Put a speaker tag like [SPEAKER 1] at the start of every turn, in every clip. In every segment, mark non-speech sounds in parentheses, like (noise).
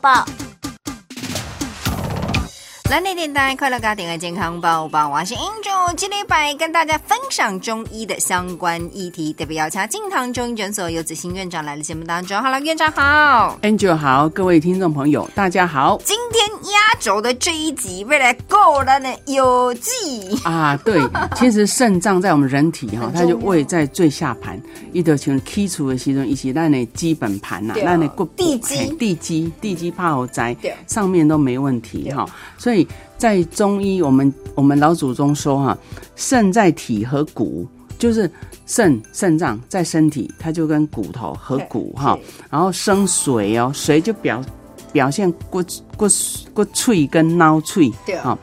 [SPEAKER 1] 报。
[SPEAKER 2] 蓝天电台快乐家庭的健康宝宝，我是 Angel。今礼拜跟大家分享中医的相关议题，特别邀请金堂中医诊所游子欣院长来了节目当中。Hello，院长好。
[SPEAKER 3] Angel 好，各位听众朋友，大家好
[SPEAKER 2] 今天压轴的这一集，未来够了呢，有记。
[SPEAKER 3] (laughs) 啊！对，其实肾脏在我们人体哈
[SPEAKER 2] 很，
[SPEAKER 3] 它就
[SPEAKER 2] 重要
[SPEAKER 3] 位在最下盘，伊就像起厝的时阵，伊是咱的基本盘呐、
[SPEAKER 2] 对
[SPEAKER 3] 咱的骨骨
[SPEAKER 2] 地基
[SPEAKER 3] 嘿地基，地基怕火灾
[SPEAKER 2] 对，
[SPEAKER 3] 上面都没问题哈。所以在中医，我们我们老祖宗说哈，肾在体和骨，就是肾肾脏在身体，它就跟骨头和骨哈。然后生水哦，水就表表现骨骨骨脆跟脑脆，
[SPEAKER 2] 对
[SPEAKER 3] 啊、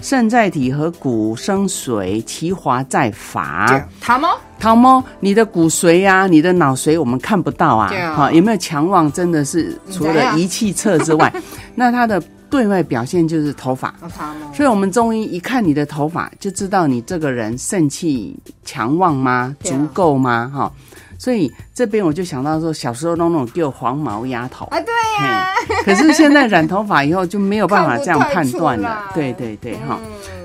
[SPEAKER 3] 肾在体和骨生水，其华在
[SPEAKER 2] 对啊
[SPEAKER 3] 法。
[SPEAKER 2] 他吗？
[SPEAKER 3] 桃猫，你的骨髓呀、你的脑髓我们看不到啊
[SPEAKER 2] 对啊，
[SPEAKER 3] 有没有强旺？真的是除
[SPEAKER 2] 你来啊 (laughs)
[SPEAKER 3] 了仪器测之外，那它的对外表现就是头发。
[SPEAKER 2] 他吗？
[SPEAKER 3] 所以，我们中医一看你的头发，就知道你这个人肾气强旺吗？
[SPEAKER 2] 对啊
[SPEAKER 3] 足够吗？哈、所以这边我就想到说，小时候都那种叫黄毛丫头
[SPEAKER 2] 啊，对呀、
[SPEAKER 3] 嘿可是现在染头发以后就没有办法这样判断了
[SPEAKER 2] (laughs) 看。不太出来嗯
[SPEAKER 3] 对对对，哈、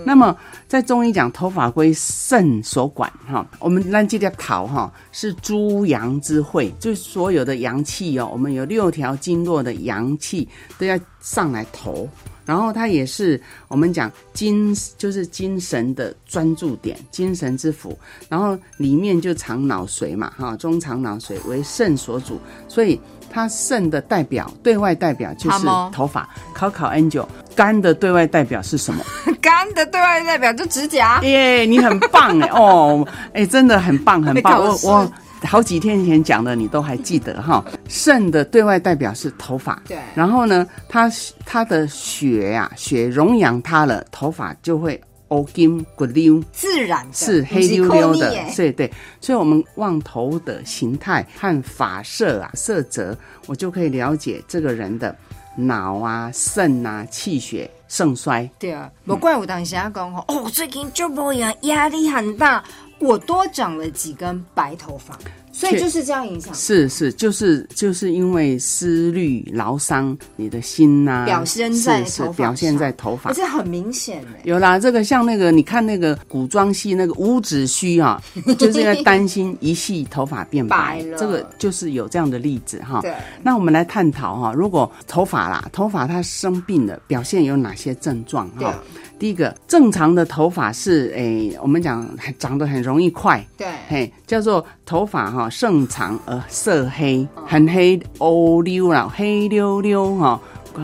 [SPEAKER 3] 那么在中医讲，头发归肾所管，哈。我们那这条桃哈是诸阳之会，就是所有的阳气哦，我们有六条经络的阳气都要上来头。然后它也是我们讲精，就是精神的专注点，精神之府。然后里面就藏脑髓嘛，哈，中藏脑髓为肾所主，所以它肾的代表，对外代表就
[SPEAKER 2] 好
[SPEAKER 3] 是
[SPEAKER 2] 吗
[SPEAKER 3] 头发。考考 Angel，肝的对外代表是什么？ (laughs)
[SPEAKER 2] 干的对外代表就啊指甲。
[SPEAKER 3] 耶、你很棒哎！哦，哎，真的很棒，很棒。
[SPEAKER 2] 被考
[SPEAKER 3] 我
[SPEAKER 2] 试
[SPEAKER 3] 我好几天前讲的，你都还记得哈。肾的对外代表是头发，
[SPEAKER 2] 对
[SPEAKER 3] 然后呢，它它的血呀、血溶养它了，头发就会乌金骨溜。
[SPEAKER 2] (laughs) 自然的
[SPEAKER 3] 是
[SPEAKER 2] 不
[SPEAKER 3] 黑溜溜
[SPEAKER 2] 扣
[SPEAKER 3] 的
[SPEAKER 2] 你耶，
[SPEAKER 3] 所以对，所以我们望头的形态和发色啊、色泽，我就可以了解这个人的脑啊、肾啊、气血盛衰。
[SPEAKER 2] 对啊，不怪我当时啊讲吼，哦，最近就无呀，压力很大，我多长了几根白头发，所以
[SPEAKER 3] 确
[SPEAKER 2] 就是这样影响。
[SPEAKER 3] 是是，就是就是因为思虑劳伤，你的心呐、
[SPEAKER 2] 表现在
[SPEAKER 3] 是
[SPEAKER 2] 头
[SPEAKER 3] 是
[SPEAKER 2] 发
[SPEAKER 3] 表现
[SPEAKER 2] 上
[SPEAKER 3] 在头发
[SPEAKER 2] 而。且很明显哎，
[SPEAKER 3] 有啦，这个像那个，你看那个古装戏那个伍子胥
[SPEAKER 2] (laughs)
[SPEAKER 3] 啊，就是在担心一系头发变白，
[SPEAKER 2] 白了
[SPEAKER 3] 这个就是有这样的例子哈。
[SPEAKER 2] 对，
[SPEAKER 3] 那我们来探讨哈，如果头发啦，头发它生病了，表现有哪些症状
[SPEAKER 2] 对
[SPEAKER 3] 哈？第一个，正常的头发是诶、我们讲长得很容易快，
[SPEAKER 2] 对，
[SPEAKER 3] 嘿，叫做头发哈、盛长而色黑，
[SPEAKER 2] 嗯
[SPEAKER 3] 很黑欧溜啦，黑溜溜哈、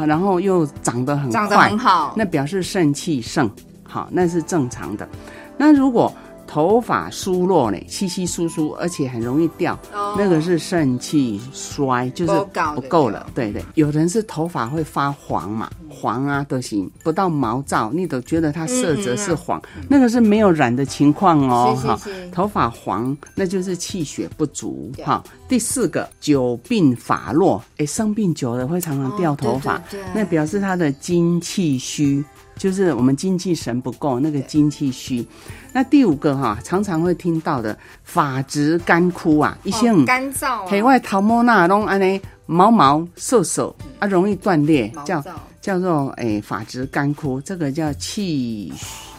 [SPEAKER 3] 然后又长得很
[SPEAKER 2] 长得
[SPEAKER 3] 快
[SPEAKER 2] 很，好，
[SPEAKER 3] 那表示肾气盛，好，那是正常的。那如果头发疏落呢，稀稀疏疏，而且很容易掉，
[SPEAKER 2] 哦
[SPEAKER 3] 那个是肾气衰，就是
[SPEAKER 2] 不够的
[SPEAKER 3] 不够了。对对，有人是头发会发黄嘛，
[SPEAKER 2] 嗯
[SPEAKER 3] 黄啊都行，不到毛躁，你都觉得它色泽是黄，那个是没有染的情况哦。
[SPEAKER 2] 嗯是
[SPEAKER 3] 哈
[SPEAKER 2] 是是
[SPEAKER 3] 头发黄那就是气血不足
[SPEAKER 2] 对
[SPEAKER 3] 哈。第四个，久病发落，哎，生病久了会常常掉
[SPEAKER 2] 哦对
[SPEAKER 3] 头发，
[SPEAKER 2] 对对
[SPEAKER 3] 那表示他的精气虚。就是我们精气神不够，那个精气虚。那第五个哈、常常会听到的发质干枯啊，一些
[SPEAKER 2] 哦干燥啊，
[SPEAKER 3] 海外头毛那拢安尼毛毛瘦瘦啊，容易断裂
[SPEAKER 2] 毛，
[SPEAKER 3] 叫
[SPEAKER 2] 躁
[SPEAKER 3] 叫做诶发质干枯，这个叫气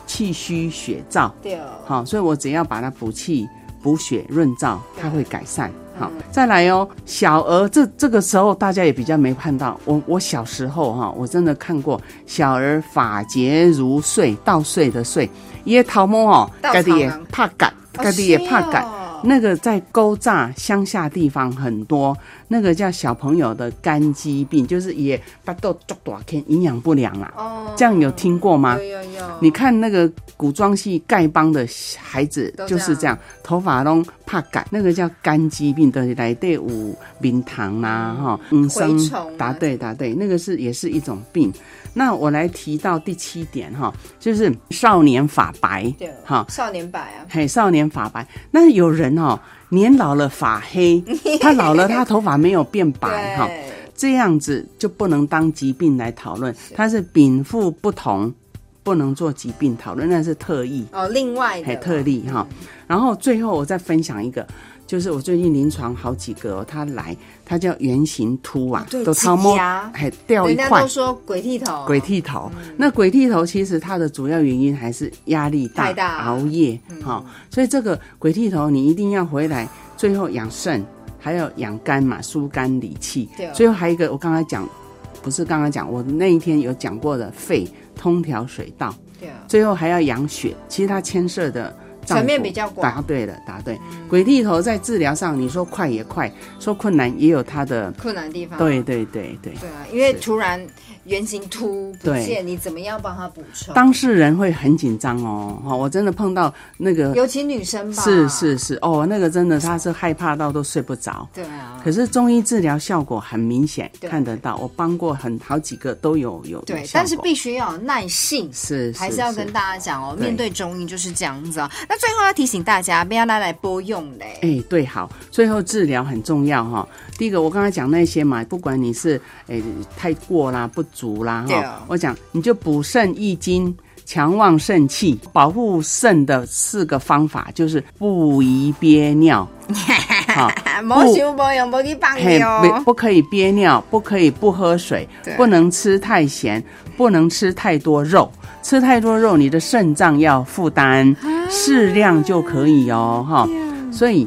[SPEAKER 3] 气虚血燥。
[SPEAKER 2] 对，
[SPEAKER 3] 好、所以我只要把它补气、补血、润燥，它会改善。好、
[SPEAKER 2] 嗯
[SPEAKER 3] 再来哦，小儿这这个时候大家也比较没看到。我我小时候哈、我真的看过小儿发节如碎，稻穗的穗，也头毛哦，
[SPEAKER 2] 稻
[SPEAKER 3] 家己也
[SPEAKER 2] 草人啊
[SPEAKER 3] 怕感，家己
[SPEAKER 2] 哦
[SPEAKER 3] 也怕感。那个在沟栅乡下地方很多，那个叫小朋友的肝疾病，就是也巴豆抓大天，营养不良啦、
[SPEAKER 2] 哦，
[SPEAKER 3] 这样有听过吗？
[SPEAKER 2] 有有有，
[SPEAKER 3] 你看那个古装戏丐帮的孩子
[SPEAKER 2] 都这
[SPEAKER 3] 就
[SPEAKER 2] 样
[SPEAKER 3] 是这样，头发拢怕干，那个叫干疾病的来对五名堂啦、哈、嗯
[SPEAKER 2] 蛔虫啊
[SPEAKER 3] 答对答对，那个是也是一种病。那我来提到第七点哈，就是少年发白
[SPEAKER 2] 对，
[SPEAKER 3] 哈，
[SPEAKER 2] 少年白啊，
[SPEAKER 3] 嘿，少年发白。那有人哦，年老了发黑，他
[SPEAKER 2] (laughs)
[SPEAKER 3] 老了他头发没有变白哈。
[SPEAKER 2] 对，
[SPEAKER 3] 这样子就不能当疾病来讨论，它是禀赋不同，不能做疾病讨论，那是特异，
[SPEAKER 2] 哦，另外的
[SPEAKER 3] 还
[SPEAKER 2] 啦
[SPEAKER 3] 特例哈。然后最后我再分享一个，就是我最近临床好几个、哦，他来，他叫圆形秃啊，
[SPEAKER 2] 哦对
[SPEAKER 3] 都超摸
[SPEAKER 2] 挤牙，
[SPEAKER 3] 还掉一
[SPEAKER 2] 人家
[SPEAKER 3] 块
[SPEAKER 2] 都说鬼剃头，
[SPEAKER 3] 鬼剃头。
[SPEAKER 2] 嗯
[SPEAKER 3] 那鬼剃头其实它的主要原因还是压力大、
[SPEAKER 2] 太大嗯
[SPEAKER 3] 熬夜，好、所以这个鬼剃头你一定要回来，最后养肾，还有养肝嘛，疏肝理气
[SPEAKER 2] 对哦。
[SPEAKER 3] 最后还有一个，我刚才讲，不是刚刚讲，我那一天有讲过的肺通调水道。
[SPEAKER 2] 对啊，
[SPEAKER 3] 最后还要养血，其实它牵涉的脏腑
[SPEAKER 2] 层面比较广嗯
[SPEAKER 3] 答对了，答对。鬼剃头在治疗上，你说快也快，说困难也有它的，
[SPEAKER 2] 困难的地方，
[SPEAKER 3] 对对对对。
[SPEAKER 2] 对啊，因为
[SPEAKER 3] 是
[SPEAKER 2] 突然原型突不
[SPEAKER 3] 对
[SPEAKER 2] 见，你怎么样帮他补充？
[SPEAKER 3] 当事人会很紧张哦，哈、我真的碰到那个
[SPEAKER 2] 尤其女生吧，
[SPEAKER 3] 是是，是哦，那个真的他是害怕到都睡不着。
[SPEAKER 2] 对啊，
[SPEAKER 3] 可是中医治疗效果很明显，
[SPEAKER 2] 对
[SPEAKER 3] 看得到，我帮过很好几个都有有有
[SPEAKER 2] 对，
[SPEAKER 3] 效
[SPEAKER 2] 但是
[SPEAKER 3] 果
[SPEAKER 2] 必须要有耐性。
[SPEAKER 3] 是
[SPEAKER 2] 还是要跟大家讲哦，
[SPEAKER 3] 对
[SPEAKER 2] 面对中医就是这样子哦。那最后要提醒大家，不要拿来拨用嘞。
[SPEAKER 3] 哎、对，好，最后治疗很重要哈、第一个，我刚才讲那些嘛，不管你是哎、太过啦、不足啦哈、
[SPEAKER 2] 对啊
[SPEAKER 3] 我讲你就补肾益精、强旺肾气、保护肾的四个方法，就是不宜憋尿，好、
[SPEAKER 2] 啊，莫想莫用，莫去放
[SPEAKER 3] 嘿，不
[SPEAKER 2] 尿。
[SPEAKER 3] 不可以憋尿，不可以不喝水
[SPEAKER 2] 对，
[SPEAKER 3] 不能吃太咸，不能吃太多肉。吃太多肉，你的肾脏要负担，
[SPEAKER 2] 啊
[SPEAKER 3] 适量就可以哦，哈。所以，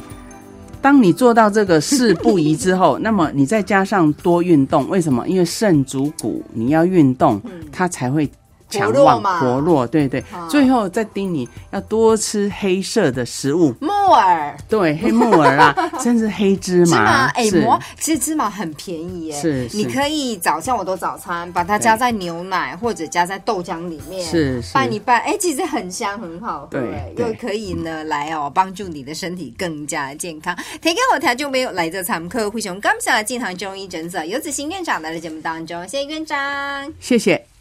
[SPEAKER 3] 当你做到这个事不宜之
[SPEAKER 2] (laughs)
[SPEAKER 3] 后，那么你再加上多运动，为什么？因为肾主骨，你要运动，它才会。强
[SPEAKER 2] 嗯活络
[SPEAKER 3] 旺
[SPEAKER 2] 嘛啊
[SPEAKER 3] 活络，对对，最后再叮你要多吃黑色的食物，
[SPEAKER 2] 木耳、
[SPEAKER 3] 对黑木
[SPEAKER 2] (laughs)
[SPEAKER 3] 耳啦，甚至黑芝
[SPEAKER 2] 芝麻，
[SPEAKER 3] 麻，
[SPEAKER 2] 哎，
[SPEAKER 3] 是
[SPEAKER 2] 磨其实芝麻很便宜耶。
[SPEAKER 3] 是
[SPEAKER 2] 你
[SPEAKER 3] 是
[SPEAKER 2] 可以早像我都早餐，把它加在牛奶或者加在豆浆里面，
[SPEAKER 3] 是是
[SPEAKER 2] 拌一拌，哎，其实很香，很好喝，
[SPEAKER 3] 对
[SPEAKER 2] 哎
[SPEAKER 3] 对
[SPEAKER 2] 又可以呢来哦帮助你的身体更加健康。提供我听众朋友来这参考，非常感谢健康中医诊所游子欣院长来到节目当中，谢谢院长。
[SPEAKER 3] 谢谢。